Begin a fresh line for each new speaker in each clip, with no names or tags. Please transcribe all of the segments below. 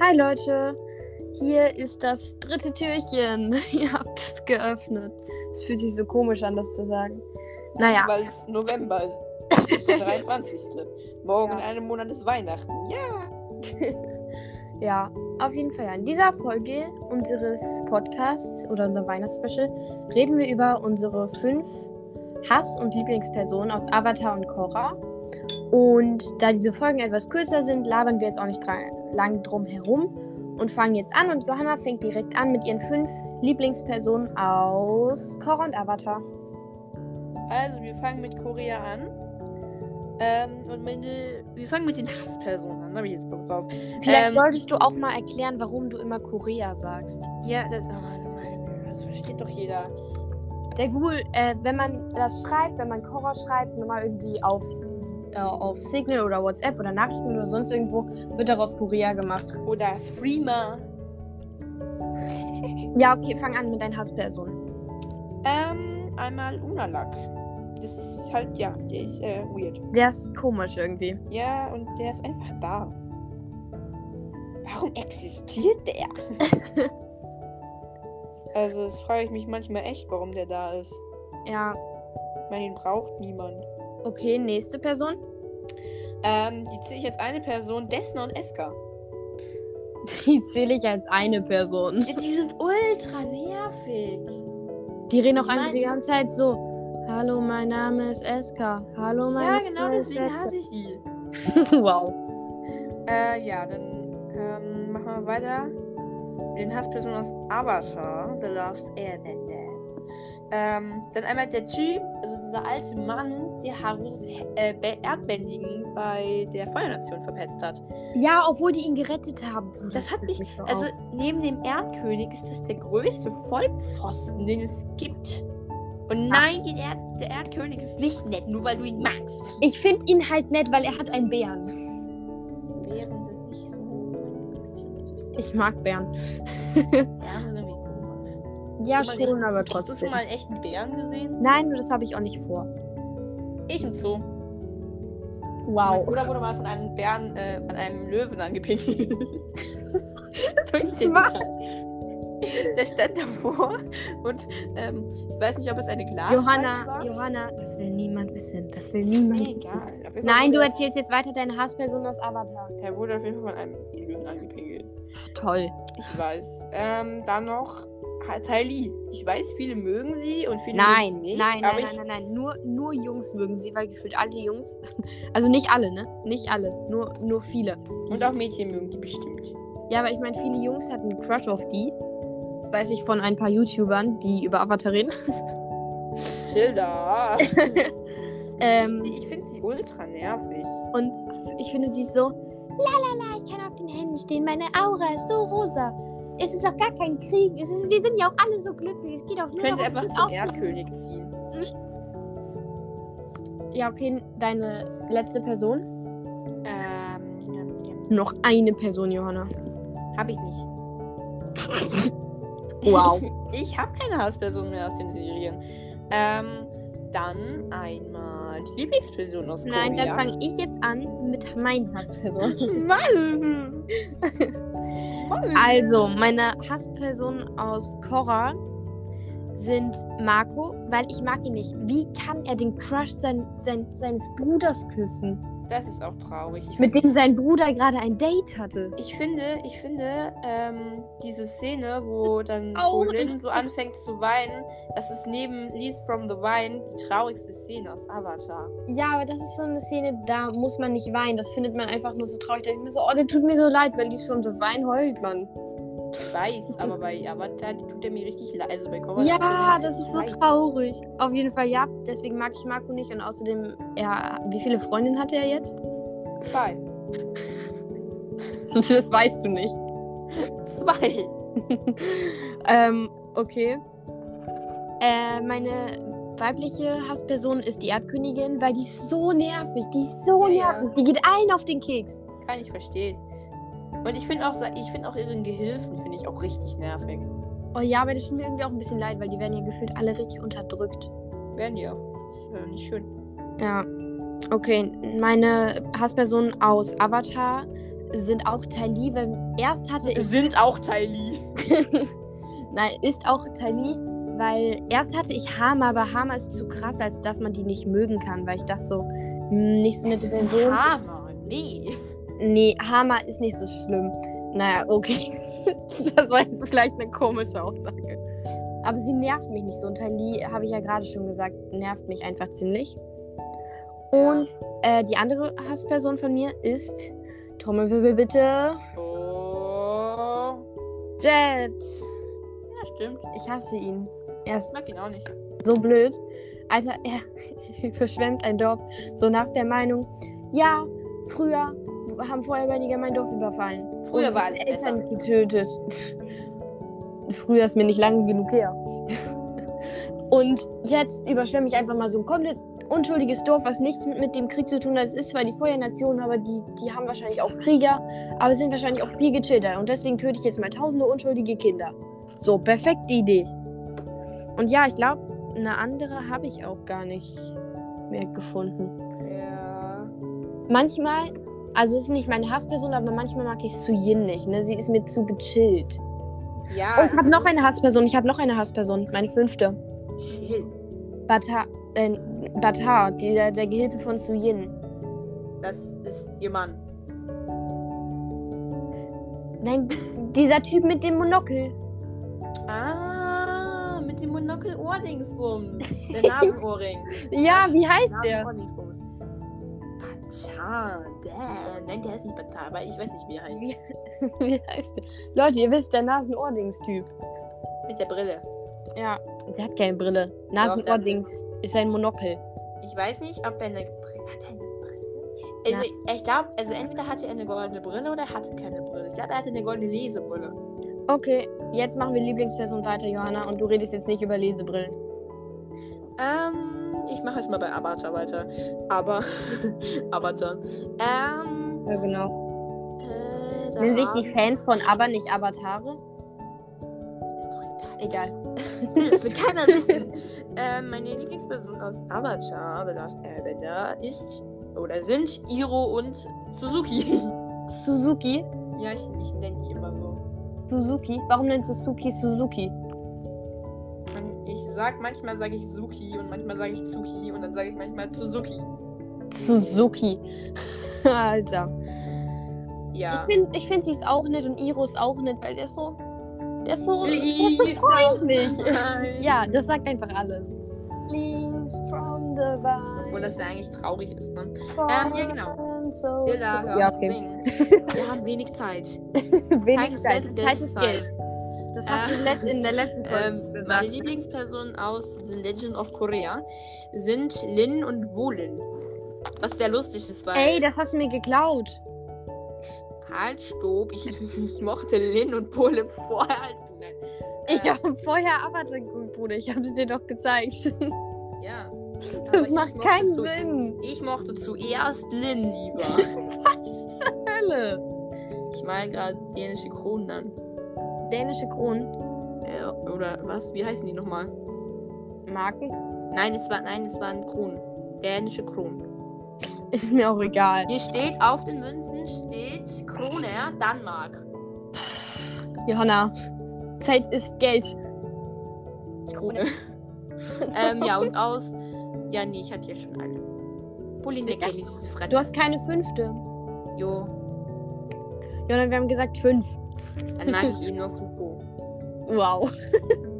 Hi Leute, hier ist das dritte Türchen. Ihr habt es geöffnet. Es fühlt sich so komisch an, das zu sagen. Naja,
Weil es November ist. Es ist der 23. Morgen in einem Monat ist Weihnachten. Ja.
ja, auf jeden Fall. Ja. In dieser Folge unseres Podcasts oder unser Weihnachtsspecial reden wir über unsere fünf Hass- und Lieblingspersonen aus Avatar und Korra. Und da diese Folgen etwas kürzer sind, labern wir jetzt auch nicht dra- lang drum herum und fangen jetzt an. Und Johanna fängt direkt an mit ihren fünf Lieblingspersonen aus Korra und Avatar.
Also, wir fangen mit Korea an. Ähm, und meine, wir fangen mit den Hasspersonen an. Da habe ich jetzt Bock drauf.
Vielleicht
Ähm,
solltest du auch mal erklären, warum du immer Korea sagst.
Ja, das, oh, warte mal, das versteht doch jeder.
Der Google, äh, wenn man das schreibt, wenn man Cover schreibt, nochmal irgendwie auf, äh, auf Signal oder WhatsApp oder Nachrichten oder sonst irgendwo, wird daraus Korea gemacht.
Oder Freema.
Ja, okay, fang an mit deinen Hasspersonen.
Ähm, einmal Unalak. Das ist halt, ja, der ist äh, weird.
Der ist komisch irgendwie.
Ja, und der ist einfach da. Warum existiert der? also, das frage ich mich manchmal echt, warum der da ist.
Ja,
Ich meine, ihn braucht niemand.
okay, nächste Person.
Ähm, die ziehe ich jetzt eine Person, Desna und Eska.
Die zähle ich als eine Person.
die sind ultra nervig.
Die reden auch
Ich mein-
einfach die ganze Zeit so. Hallo, mein Name ist Eska. Hallo, mein
Ja,
Name
genau
ist
deswegen
Eska."
hasse ich die.
Wow.
Äh, ja, dann ähm, machen wir weiter. Mit den Hasspersonen aus Avatar, The Last Airbender. Ähm, dann einmal der Typ, also dieser alte Mann, der Harus äh, Be- Erdbändigen bei der Feuernation verpetzt hat.
Ja, obwohl die ihn gerettet haben. Bruder,
Das hat
regt
mich-
so
Also
auf.
neben dem Erdkönig ist das der größte Vollpfosten, den es gibt. Und nein, den Erd der Erdkönig ist nicht nett, nur weil du ihn magst.
Ich finde ihn halt nett, weil er hat einen Bären.
Bären sind nicht so mein Lieblingstier. muss ich sagen.
Ich mag Bären.
Bären sind irgendwie cool.
Ja,
Hast du mal
schon, aber
Hast du schon
trotzdem.
mal einen echten Bären gesehen?
Nein, das habe ich auch nicht vor.
Ich im Zoo. Mein
Wow.
Bruder wurde mal von einem Bären, äh, von einem Löwen angepinkelt. Durch den
Was?
Windschatten. Der stand davor und ähm, ich weiß nicht, ob es eine Glasscheibe
Johanna,
war.
Johanna, das will niemand wissen. Das will
Ist mir
niemand wissen.
egal. Auf jeden Fall
Nein, du
wurde er-
erzählst jetzt weiter deine Hassperson aus Avatar.
Er wurde auf jeden Fall von einem Löwen angepinkelt.
Toll.
Ich weiß. Ähm, dann noch Ha- Thaili. Ich weiß, viele mögen sie und viele
Nein,
mögen sie nicht.
nein, nein,
aber
nein,
ich,
nein, nein. Nur, nur Jungs mögen sie, weil gefühlt alle Jungs. Also nicht alle, ne? Nicht alle. Nur, nur viele.
Und auch Mädchen mögen die bestimmt.
Ja, aber ich meine, viele Jungs hatten einen Crush auf die. Das weiß ich von ein paar YouTubern, die über Avatar reden.
Tilda.
Ähm,
ich finde sie ultra nervig.
Und ich finde, sie ist so, lalala, ich kann auf den Händen stehen, meine Aura ist so rosa. Es ist auch gar kein Krieg, es ist, wir sind ja auch alle so glücklich, es geht auch nur um
Könnte
darum,
einfach
sich
zum
aufzu-
Erdkönig ziehen.
Ja, okay, deine letzte Person?
Ähm, ähm, ähm,
Noch eine Person, Johanna.
hab ich nicht.
Wow.
ich habe keine Hassperson mehr aus den Serien. Ähm, dann einmal die Lieblingsperson aus Korea.
Nein, dann fange ich jetzt an mit meinen Hasspersonen.
Mann! Mann!
Also, meine Hasspersonen aus Korra sind Marco, weil ich mag ihn nicht. Wie kann er den Crush sein, sein, seines Bruders küssen?
Das ist auch traurig. Ich,
mit dem sein Bruder gerade ein Date hatte.
ich finde, ich finde, ähm, diese Szene, wo dann
Au,
wo Lin
ich-
so anfängt zu weinen, das ist neben Lies from the Vine die traurigste Szene aus Avatar.
Ja, aber das ist so eine Szene, da muss man nicht weinen. Das findet man einfach nur so traurig. Da denkt man so, oh, der tut mir so leid, weil liebst du um so Wein heult man.
Ich weiß, aber bei Avatar tut er mir richtig leid. Also bei Korra
ja,
tut er mir
das
richtig
ist so
leid.
traurig. Auf jeden Fall, ja. Deswegen mag ich Marco nicht. Und außerdem, ja, wie viele Freundinnen hatte er jetzt?
Zwei.
Das weißt du nicht.
Zwei.
ähm, okay. Äh, meine weibliche Hassperson ist die Erdkönigin, weil die ist so nervig. Die ist so
Ja, ja.
nervig. Die geht allen auf den Keks.
Kann ich verstehen. Und ich finde auch, ich finde auch ihren Gehilfen finde ich auch richtig nervig.
Oh ja, aber das tut mir irgendwie auch ein bisschen leid, weil die werden ja gefühlt alle richtig unterdrückt.
Werden die auch. Das ist ja nicht schön.
Ja. Okay, meine Hasspersonen aus Avatar sind auch Tali, weil erst hatte ich.
Sind auch Tylee.
Nein, ist auch Tali, weil erst hatte ich Hama, aber Hama ist zu krass, als dass man die nicht mögen kann, weil ich dachte so, hm, nicht so nette Person.
Hammer, nee.
Nee, Hama ist nicht so schlimm. Naja, okay. das war jetzt vielleicht eine komische Aussage. Aber sie nervt mich nicht so. Und Tali, habe ich ja gerade schon gesagt, nervt mich einfach ziemlich. Und äh, die andere Hassperson von mir ist, Trommelwirbel bitte,
Oh.
Jet.
Ja, stimmt.
Ich hasse ihn. Er ist
Ich mag ihn auch nicht.
so blöd. Alter, er überschwemmt ein Dorf. So nach der Meinung, ja, früher haben Feuerwehrjäger mein Dorf überfallen.
Früher
und
war alles
Eltern
besser.
getötet. Früher ist mir nicht lange genug her. Und jetzt überschwemme ich einfach mal so ein komplett unschuldiges Dorf, was nichts mit, mit dem Krieg zu tun hat. Es ist zwar die Feuernation, aber die, die haben wahrscheinlich auch Krieger, aber es sind wahrscheinlich auch viel gechillter. Und deswegen töte ich jetzt mal tausende unschuldige Kinder. So, perfekte Idee. Und ja, ich glaube, eine andere habe ich auch gar nicht mehr gefunden.
Ja.
Manchmal, also ist nicht meine Hassperson, aber manchmal mag ich Su Yin nicht. Ne? Sie ist mir zu gechillt.
Ja.
Oh, ich habe noch eine Hassperson. Ich habe noch eine Hassperson. Meine fünfte.
Chill.
Bata, äh, Bata die, der, der Gehilfe von Su Yin.
Das ist ihr Mann.
Nein, dieser Typ mit dem Monokel.
Ah, mit dem Monokel-Ohrdingsbums. Der Nasenohrring.
Ja, wie heißt der?
Nasenohrdingsbums. Bachan. Bäh. Nein, der ist nicht Bachan, weil ich weiß nicht, wie er heißt.
Wie, wie heißt der? Leute, ihr wisst, der Nasenohrdings-Typ.
Mit der Brille.
Ja, der hat keine Brille. Nasenohrdings ist ein Monokel.
Ich weiß nicht, ob er eine Brille hat. Er eine Brille? Also, ich glaube, also entweder hatte er eine goldene Brille oder er hatte keine Brille. Ich glaube, er hatte eine goldene Lesebrille.
Okay, jetzt machen wir Lieblingsperson weiter, Johanna. Und du redest jetzt nicht über Lesebrillen.
Ähm, ich mache jetzt mal bei Avatar weiter. Aber, Avatar. Ähm,
Ja, genau.
äh, da
Nennen sich
war-
die Fans von Aber nicht Avatare?
Ist doch egal.
Egal.
Das will keiner wissen. ähm, meine Lieblingsperson aus Avatar, The Last Airbender, ist oder sind Iro und Suzuki.
Suzuki?
ja, ich, ich nenne die immer so.
Suzuki? Warum denn Suzuki Suzuki?
Man- Ich sag manchmal sage ich Suki und manchmal sage ich Zuki und dann sage ich manchmal Suzuki.
Suzuki. Alter.
Ja.
Ich finde, ich find, sie ist auch nett und Iro ist auch nett, weil der ist so. Der ist so, der ist so
Please,
freundlich.
Nein.
Ja, das sagt einfach alles. Leaves from the vine.
Obwohl das ja eigentlich traurig ist, ne?
from
Ähm, ja, genau.
and so
Lilla, hör
ja,
auf zu
okay.
singen. Wir haben wenig Zeit.
Wenig Zeit.
Zeit, Geld,
Zeit ist
Geld.
Geld. Das hast du letzt- in der letzten Folge
Ähm, meine
gesagt.
Lieblingspersonen aus The Legend of Korea sind Lin und Wolin. Was sehr lustig ist, weil.
Ey, das hast du mir geklaut.
Halt, stopp. Ich, ich mochte Lin und Wolin vorher als du. Nein.
Ich
Äh,
habe vorher Avatar geguckt, Bruder. Ich habe es dir doch gezeigt.
Ja. Aber
Das
ich
macht
mochte
keinen
zu,
Sinn.
Ich mochte zuerst Lin lieber.
Hölle.
ich mal gerade dänische Kronen an.
Dänische Kronen.
Ja, oder was? Wie heißen die nochmal?
Marken.
Nein, es war, nein, es waren Kronen. Dänische Kronen.
Ist mir auch egal.
Hier steht auf den Münzen steht Krone Danmark.
Johanna, Zeit ist Geld.
Krone. ähm, ja, und aus. Ja, nee, ich hatte ja schon eine. Bulli der
Egal.
kleine süße Fratz.
Du hast keine fünfte.
Jo,
Johanna, wir haben gesagt fünf.
dann mag ich eben noch Suko.
Wow.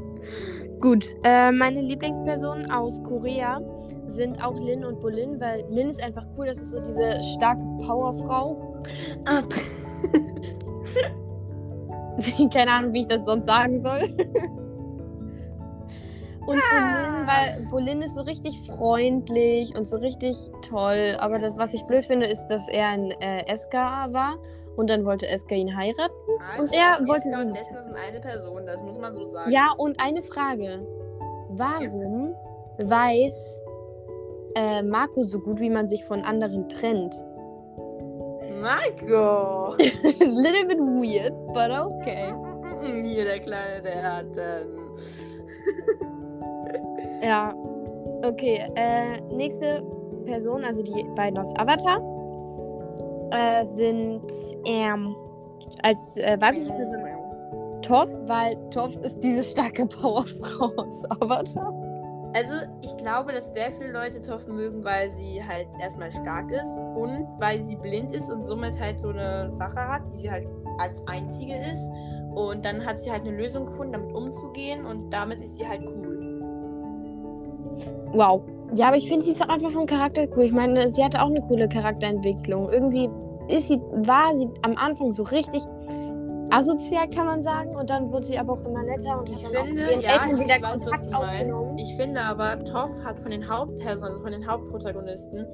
Gut. Äh, meine Lieblingspersonen aus Korea sind auch Lin und Bolin, weil Lin ist einfach cool. Das ist so diese starke Powerfrau.
Ah,
Keine Ahnung, wie ich das sonst sagen soll. Und Bolin, weil Bolin ist so richtig freundlich und so richtig toll. Aber das, was ich blöd finde, ist, dass er ein äh, SKA war und dann wollte SK ihn heiraten. Und er wollte
Jessica
sie
und
nicht.
Desna sind eine Person, das muss man so sagen.
Ja, und eine Frage. Warum weiß äh, Marco so gut, wie man sich von anderen trennt?
Marco! Mm,
Little bit weird, but okay.
mm, Hier, der Kleine, der hat. Ähm,
Ja. Okay, äh, nächste Person, also die beiden aus Avatar. äh, sind ähm, als äh, weibliche Person Toff, weil Toff ist diese starke Powerfrau aus Avatar.
Also, ich glaube, dass sehr viele Leute Toff mögen, weil sie halt erstmal stark ist und weil sie blind ist und somit halt so eine Sache hat, die sie halt als einzige ist. Und dann hat sie halt eine Lösung gefunden, damit umzugehen und damit ist sie halt cool.
Wow. Ja, aber ich finde, sie ist auch einfach vom Charakter cool. Ich meine, sie hatte auch eine coole Charakterentwicklung. Irgendwie ist sie, war sie am Anfang so richtig asozial, kann man sagen. Und dann wurde sie aber auch immer netter und
Ich
hat dann auch mit
finde,
ihren
ja,
Eltern
ich
wieder
weiß, was du
Kontakt
meinst.
aufgenommen.
Ich finde aber, Toff hat von den Hauptpersonen, also von den Hauptprotagonisten,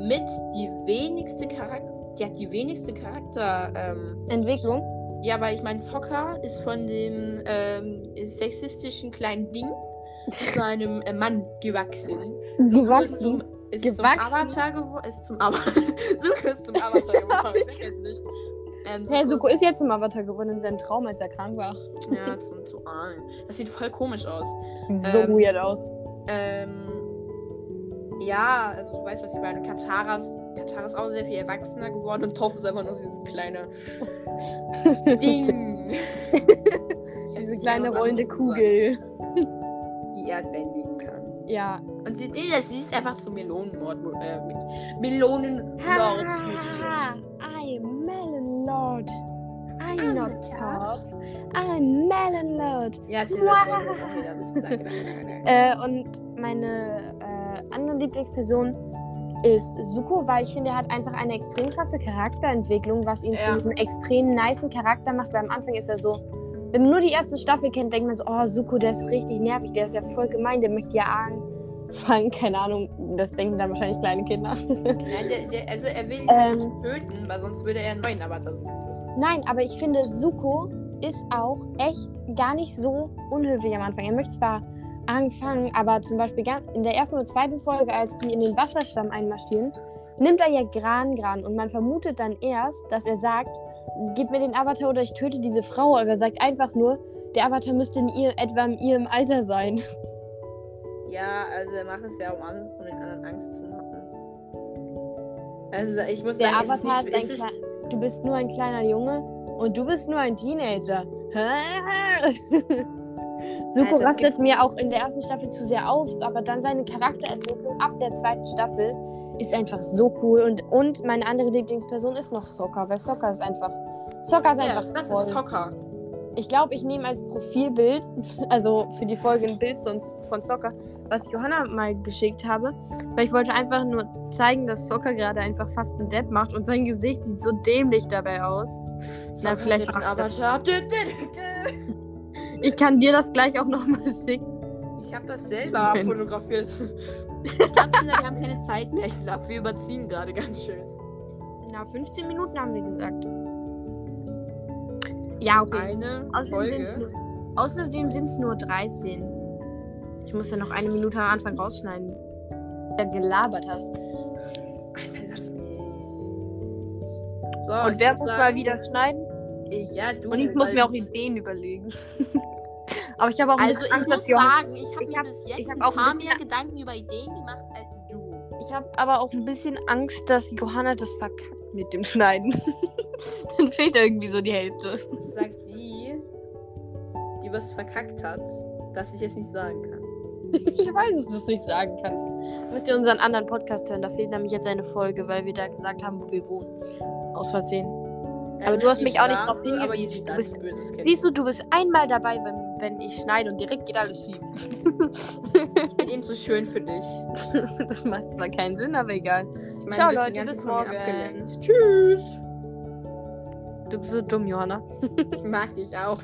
mit die wenigste Charakter. Die hat die wenigste Charakter. Ähm,
Entwicklung.
Ja, weil ich meine, Zocker ist von dem ähm, sexistischen kleinen Ding zu einem äh, Mann gewachsen. Zuko Ist zum,
Gewachsen.
ist
Gewachsen?
zum Avatar geworden. Ist zum Avatar. Suko ist zum Avatar geworden. Ich weiß jetzt nicht. Ähm,
Hey,
Zuko
Suko ist jetzt zum Avatar geworden in seinem Traum, als er krank war.
Ja, zum, zum Aalen. Das sieht voll komisch aus.
Sieht so
Ähm,
weird aus.
Ähm, ja, also du weißt, was ich meine. Kataras, Katara ist auch sehr viel erwachsener geworden und Toff ist einfach nur dieses kleine Ding.
Diese kleine rollende Kugel.
Die erdbändigen kann.
Ja.
Und sie, nee, das ist einfach zu Melonenmord. Äh, Mel- Melonenlord mutiert.
I'm Melon Lord. I'm
I'm the
not
tough.
tough. I'm Melon Lord.
Ja, erzähl das selber noch wieder. Bis dann. Danke, danke, danke.
Äh, und meine äh, andere Lieblingsperson ist Suko, weil ich finde, er hat einfach eine extrem krasse Charakterentwicklung, was ihn
Ja.
zu einem extrem nicen Charakter macht, weil am Anfang ist er so. Wenn man nur die erste Staffel kennt, denkt man so, oh, Suko, der ist richtig nervig, der ist ja voll gemein, der möchte ja anfangen, keine Ahnung, das denken dann wahrscheinlich kleine Kinder.
Nein, der, der, also er will ihn halt
Ähm.
nicht töten, weil sonst würde er einen neuen Avatar suchen.
Nein, aber ich finde, Suko ist auch echt gar nicht so unhöflich am Anfang. Er möchte zwar anfangen, aber zum Beispiel gar- in der ersten oder zweiten Folge, als die in den Wasserstamm einmarschieren, nimmt er ja Gran Gran und man vermutet dann erst, dass er sagt, gib mir den Avatar oder ich töte diese Frau, aber er sagt einfach nur, der Avatar müsste in ihr, etwa in ihrem Alter sein.
Ja, also er macht es ja um an, um den anderen Angst zu machen. Also ich muss
Der
sagen, es
Avatar
ist
ist ein
nicht, es ist,
kleiner, du bist nur ein kleiner Junge und du bist nur ein Teenager. Suko
Also es
rastet mir auch in der ersten Staffel zu sehr auf, aber dann seine Charakterentwicklung ab der zweiten Staffel ist einfach so cool und, und meine andere Lieblingsperson ist noch Sokka, weil Sokka ist einfach Sokka ist
ja,
einfach
das
voll.
ist Zocker.
Ich glaube, ich nehme als Profilbild, also für die Folge ein Bild sonst von Soccer, was Johanna mal geschickt habe, weil ich wollte einfach nur zeigen, dass Soccer gerade einfach fast einen Depp macht und sein Gesicht sieht so dämlich dabei aus.
Zocker
vielleicht
tippt den
macht er-
Avatar. Dü, dü, dü, dü.
Ich kann dir das gleich auch nochmal schicken.
Ich habe das selber
Schön.
fotografiert. Ich glaube, wir haben keine Zeit mehr. Ich glaube, wir überziehen gerade ganz schön.
Na, 15 Minuten haben wir gesagt. Ja, okay.
Eine
Außerdem
Folge.
sind es außerdem sind's nur 13. Ich muss ja noch eine Minute am Anfang rausschneiden. Ja, gelabert hast.
Alter, lass mich. So,
Und wer
ich würd
muss
sagen-
mal wieder schneiden? Ich.
Ja, du.
Und ich muss
weil-
mir auch Ideen überlegen. Aber ich habe auch ein
Also,
bisschen
ich muss
wir-
sagen, ich habe
ich
mir
hab-
bis jetzt
ich hab
ein
auch ein
paar
bisschen-
mehr Gedanken über Ideen gemacht als du.
ich habe aber auch ein bisschen Angst, dass Johanna das verkackt mit dem Schneiden. Dann fehlt irgendwie so die Hälfte.
Das sagt die, die was verkackt hat, dass ich jetzt nicht sagen kann.
Ich weiß, dass du es nicht sagen kannst. Müsst ihr unseren anderen Podcast hören, da fehlt nämlich jetzt eine Folge, weil wir da gesagt haben, wo wir wohnen. Aus Versehen. Aber du hast
die
mich auch nicht
Straße,
drauf hingewiesen.
aber die
Du
Stadt,
bist-
böses Kind.
Siehst du, du bist einmal dabei, wenn, wenn ich schneide und direkt geht alles schief.
ich bin eben so schön für dich.
das macht zwar keinen Sinn, aber egal.
Ich meine,
Ciao,
du bist
Leute,
die ganze
bis
Zeit von mir
morgen.
abgelenkt. Tschüss.
Du bist so dumm, Johanna.
Ich mag dich auch.